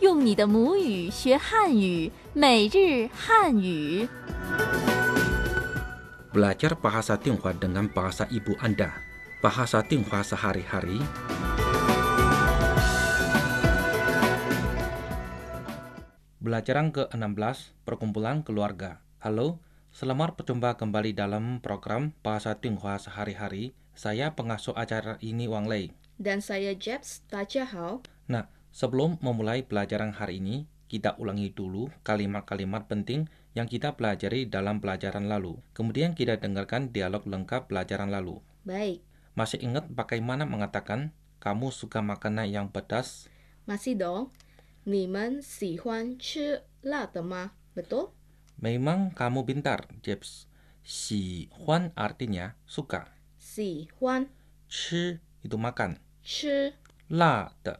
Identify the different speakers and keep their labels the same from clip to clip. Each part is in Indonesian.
Speaker 1: 用你的母语学汉语，每日汉语。
Speaker 2: Belajar bahasa Tionghoa dengan bahasa ibu Anda. Bahasa Tionghoa sehari-hari.
Speaker 3: Belajaran ke-16 Perkumpulan Keluarga. Halo, selamat berjumpa kembali dalam program Bahasa Tionghoa Sehari-hari. Saya pengasuh acara ini Wang Lei.
Speaker 4: Dan saya Jeps Tajahao.
Speaker 3: Nah, sebelum memulai pelajaran hari ini, kita ulangi dulu kalimat-kalimat penting yang kita pelajari dalam pelajaran lalu. Kemudian kita dengarkan dialog lengkap pelajaran lalu.
Speaker 4: Baik,
Speaker 3: Masih ingat bagaimana mengatakan kamu suka makanan yang pedas?
Speaker 4: masih dong. 你们喜欢吃辣的吗？Betul?
Speaker 3: Memang kamu pintar, Jeps. Si Huan artinya suka.
Speaker 4: 喜欢
Speaker 3: Chi itu makan.
Speaker 4: 吃
Speaker 3: La de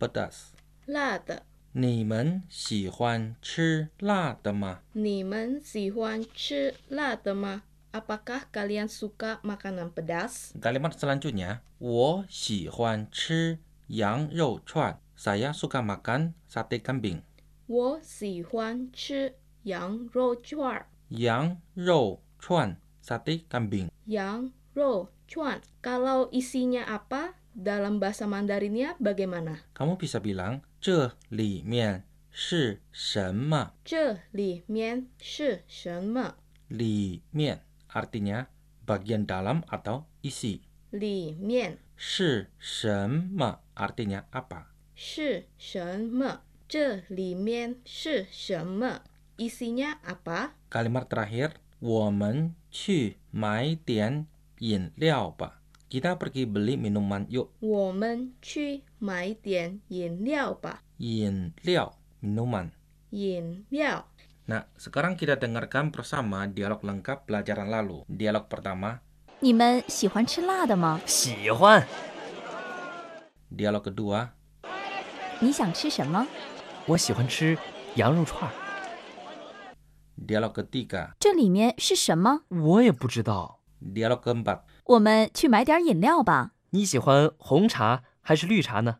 Speaker 3: pedas.
Speaker 4: 辣的。
Speaker 3: 你们喜欢吃辣的吗？
Speaker 4: 你们喜欢吃辣的吗？Apakah kalian suka makanan pedas?
Speaker 3: Kalimat selanjutnya, 我喜欢吃羊肉串。Saya suka makan sate kambing.
Speaker 4: 我喜欢吃羊肉卷儿。
Speaker 3: 羊肉串 sate kambing.
Speaker 4: Yang ro cuan. Kalau isinya apa? Dalam bahasa Mandarinnya bagaimana?
Speaker 3: Kamu bisa bilang 这里面是什么？
Speaker 4: 这里面是什么？
Speaker 3: 里面 artinya bagian dalam atau isi.
Speaker 4: 里面
Speaker 3: 是什么 artinya apa?
Speaker 4: 是什么？这里面是什么？Isinya apa?
Speaker 3: Kalimat terakhir, 我们去买点饮料吧。Kita pergi beli minuman yuk.
Speaker 4: 我们去买点饮料吧。
Speaker 3: 饮料 minuman.
Speaker 4: 饮料。
Speaker 3: Nah, sekarang kita dengarkan bersama dialog lengkap pelajaran lalu. Dialog pertama,
Speaker 1: 你们喜欢吃辣的吗？
Speaker 5: 喜欢，
Speaker 3: dialog kedua,
Speaker 1: 你想吃什么？
Speaker 5: 我喜欢吃羊肉串儿，
Speaker 3: dialog ketiga,
Speaker 1: 这里面是什么？
Speaker 5: 我也不知道
Speaker 3: dialog keempat,
Speaker 1: 我们去买点饮料吧。
Speaker 5: 你喜欢红茶还是绿茶呢？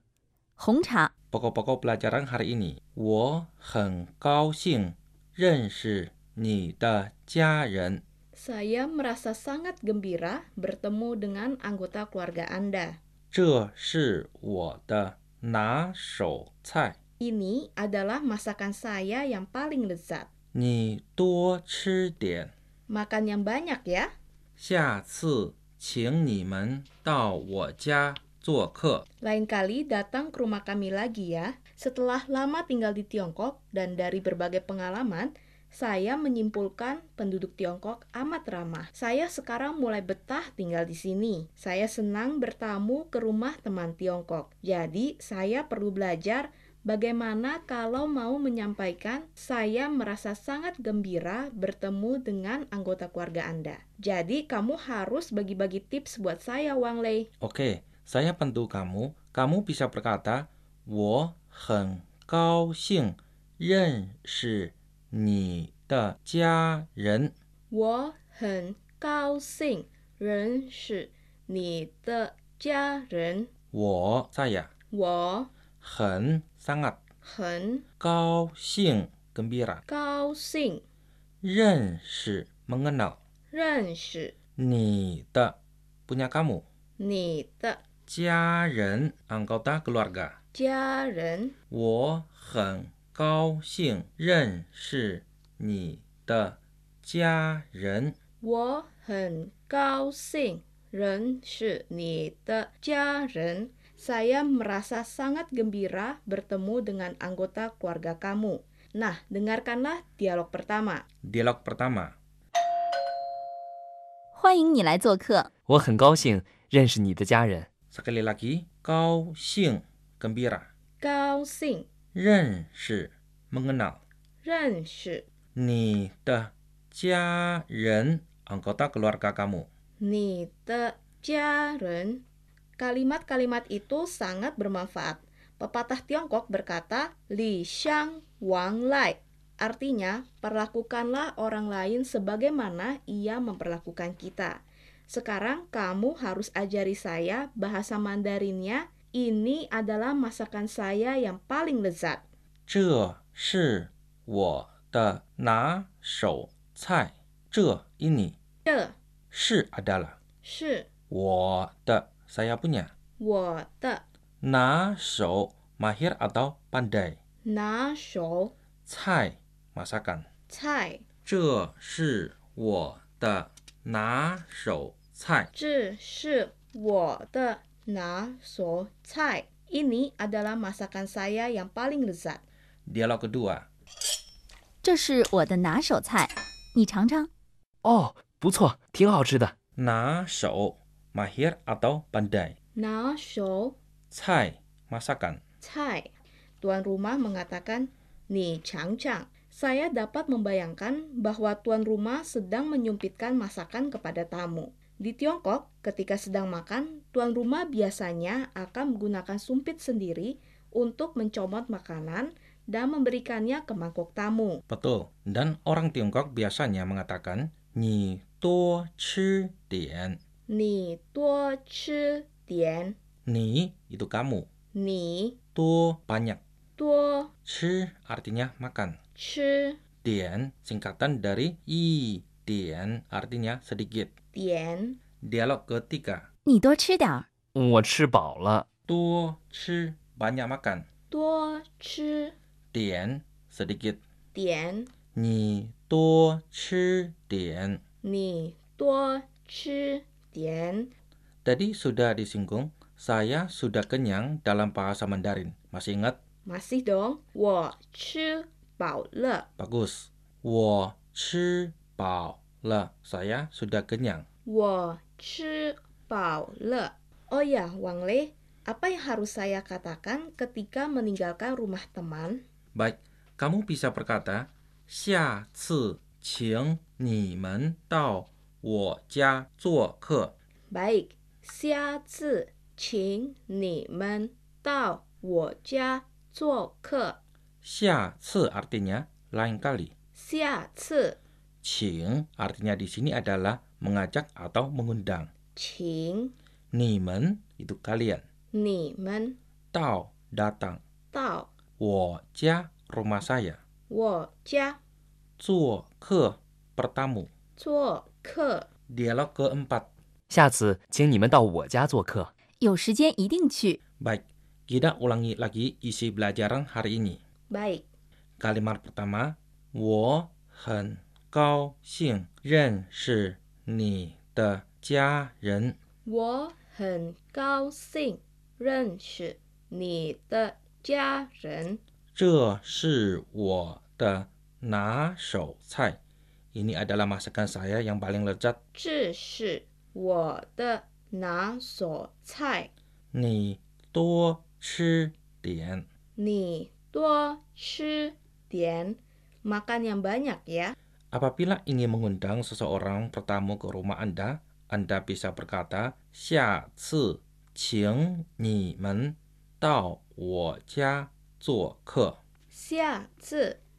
Speaker 1: 红茶，
Speaker 3: pokok-pokok pelajaran hari ini. 呃我很高兴认识你的家人。
Speaker 4: Saya merasa sangat gembira bertemu dengan anggota keluarga Anda.
Speaker 3: 这是我的拿手菜，
Speaker 4: Ini adalah masakan saya yang paling lezat.
Speaker 3: 你多吃点。
Speaker 4: Makan yang banyak ya.
Speaker 3: 下次请你们到我家做客。
Speaker 4: Lain kali datang ke rumah kami lagi ya. Setelah lama tinggal di Tiongkok dan dari berbagai pengalaman, saya menyimpulkan penduduk Tiongkok amat ramah. Saya sekarang mulai betah tinggal di sini. Saya senang bertamu ke rumah teman Tiongkok. Jadi, saya perlu belajar bagaimana kalau mau menyampaikan saya merasa sangat gembira bertemu dengan anggota keluarga Anda. Jadi, kamu harus bagi-bagi tips buat saya, Wang Lei.
Speaker 3: Oke, saya bantu kamu. Kamu bisa berkata, 我很高兴认识你的家人。
Speaker 4: 我很高兴认识你的家人。
Speaker 3: 我 saya
Speaker 4: 我
Speaker 3: 很 sangat
Speaker 4: 很
Speaker 3: 高兴 gembira
Speaker 4: 高兴
Speaker 3: 认识 mengenal
Speaker 4: 认识
Speaker 3: 你的 punya kamu
Speaker 4: 你的
Speaker 3: 家人 anggota keluarga
Speaker 4: 家人。
Speaker 3: 我很高兴认识你的家人
Speaker 4: 我很高兴认识你的家人。Saya merasa sangat gembira bertemu dengan anggota keluarga kamu. Nah, dengarkanlah dialog pertama.
Speaker 3: dialog pertama
Speaker 1: 欢迎你来做客。
Speaker 5: 我很高兴认识你的家人，
Speaker 3: sekali lagi 高兴 gembira
Speaker 4: 高兴
Speaker 3: 认识 mengenal
Speaker 4: 认识
Speaker 3: 你的家人 anggota keluarga kamu
Speaker 4: 你的家人。Kalimat-kalimat itu sangat bermanfaat. Pepatah Tiongkok berkata, Li Xiang Wang Lai. Artinya, perlakukanlah orang lain sebagaimana ia memperlakukan kita. Sekarang kamu harus ajari saya bahasa Mandarinnya. Ini adalah masakan saya yang paling lezat.
Speaker 3: 这是我的拿手菜。这 ini
Speaker 4: 这
Speaker 3: 是 adalah
Speaker 4: 是
Speaker 3: 我的 saya punya
Speaker 4: 我的
Speaker 3: 拿手 mahir atau pandai
Speaker 4: 拿手
Speaker 3: 菜 masakan
Speaker 4: 菜，
Speaker 3: 这是我的拿手菜。
Speaker 4: 这是我的拿手菜。Ini adalah masakan saya yang paling lezat.
Speaker 3: Dialog kedua.
Speaker 1: 这是我的拿手菜，你尝尝。
Speaker 5: 哦，不错，挺好吃的。
Speaker 3: 拿手 mahir atau pandai
Speaker 4: 拿手
Speaker 3: 菜 masakan
Speaker 4: 菜。Tuan rumah mengatakan, nih cangcang. Saya dapat membayangkan bahwa tuan rumah sedang menyumpitkan masakan kepada tamu. Di Tiongkok, ketika sedang makan, tuan rumah biasanya akan menggunakan sumpit sendiri untuk mencomot makanan dan memberikannya ke mangkok tamu.
Speaker 3: betul. Dan orang Tiongkok biasanya mengatakan ni tuo chi dian.
Speaker 4: Ni tuo chi dian.
Speaker 3: Ni itu kamu,
Speaker 4: Ni
Speaker 3: tuo banyak.
Speaker 4: tuo
Speaker 3: Chi artinya makan.
Speaker 4: chi
Speaker 3: Dian singkatan dari i dian artinya sedikit.
Speaker 4: dian.
Speaker 3: Dialog ketiga.
Speaker 1: 你多吃点儿，
Speaker 5: 我吃饱了，
Speaker 3: Tuo chi banyak makan.
Speaker 4: Tuo chi
Speaker 3: Dian sedikit.
Speaker 4: dian.
Speaker 3: Ni tuo chi dian.
Speaker 4: Ni tuo chi dian.
Speaker 3: Tadi sudah disinggung, saya sudah kenyang dalam bahasa Mandarin. Masih ingat?
Speaker 4: Masih dong. Wo chi bao le.
Speaker 3: Bagus. 我吃饱了. Saya sudah kenyang.
Speaker 4: Wo chi bao le. Oh ya, Wang Le. Apa yang harus saya katakan ketika meninggalkan rumah teman?
Speaker 3: Baik, kamu bisa berkata, 下次请你们到我家做客.
Speaker 4: Baik, 下次请你们到我家做客。
Speaker 3: 下次 artinya lain kali.
Speaker 4: 下次
Speaker 3: Qing artinya di sini adalah mengajak atau mengundang.
Speaker 4: 请
Speaker 3: Nimen itu kalian.
Speaker 4: 你们
Speaker 3: Tao datang.
Speaker 4: 到
Speaker 3: Wojia rumah saya.
Speaker 4: 我家
Speaker 3: Zuo ke pertamu.
Speaker 4: 做客。
Speaker 3: Dialog keempat.
Speaker 5: 下次请你们到我家做客。
Speaker 1: 有时间一定去。
Speaker 3: Baik, kita ulangi lagi isi pelajaran hari ini.
Speaker 4: Baik,
Speaker 3: Kalimat pertama, 我很高兴认识你的家人。
Speaker 4: 我很高兴认识你的家人。
Speaker 3: 这是我的拿手菜。Ini adalah masakan saya yang paling lezat.
Speaker 4: 这是我的拿手菜，
Speaker 3: 你多吃点。
Speaker 4: 你多吃点，makan yang banyak ya.
Speaker 3: Apabila ingin mengundang seseorang bertamu ke rumah Anda, Anda bisa berkata, 下次请你们到我家做客。
Speaker 4: 下次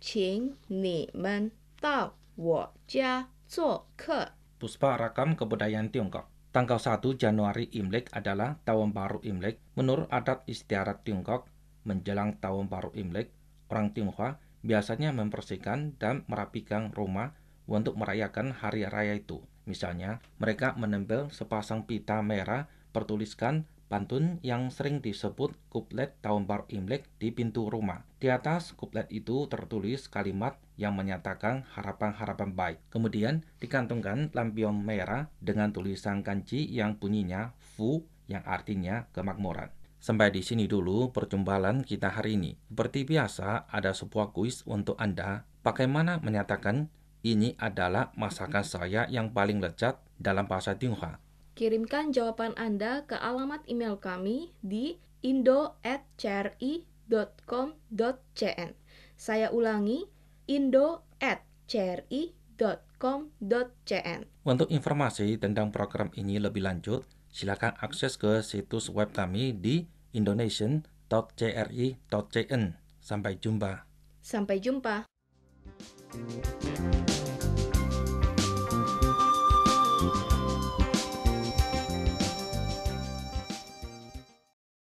Speaker 4: 请你们到我家做客。
Speaker 3: Puspa Rakam Kebudayaan Tiongkok. Tanggal 1 Januari Imlek adalah Tahun Baru Imlek. Menurut adat istiadat Tiongkok, menjelang Tahun Baru Imlek, orang Tionghoa biasanya membersihkan dan merapikan rumah untuk merayakan hari raya itu. Misalnya, mereka menempel sepasang pita merah bertuliskan pantun yang sering disebut kuplet Tahun Baru Imlek di pintu rumah. Di atas kuplet itu tertulis kalimat yang menyatakan harapan-harapan baik. Kemudian dikantungkan lampion merah dengan tulisan kanji yang bunyinya fu yang artinya kemakmuran. Sampai di sini dulu perjumpaan kita hari ini. Seperti biasa, ada sebuah kuis untuk Anda. Bagaimana menyatakan ini adalah masakan saya yang paling lezat dalam bahasa Tionghoa?
Speaker 4: Kirimkan jawaban Anda ke alamat email kami di indo@cri.com.cn. Saya ulangi indo@cri.com.cn.
Speaker 3: Untuk informasi tentang program ini lebih lanjut, silakan akses ke situs web kami di indonesian.cri.cn. Sampai jumpa.
Speaker 4: Sampai jumpa.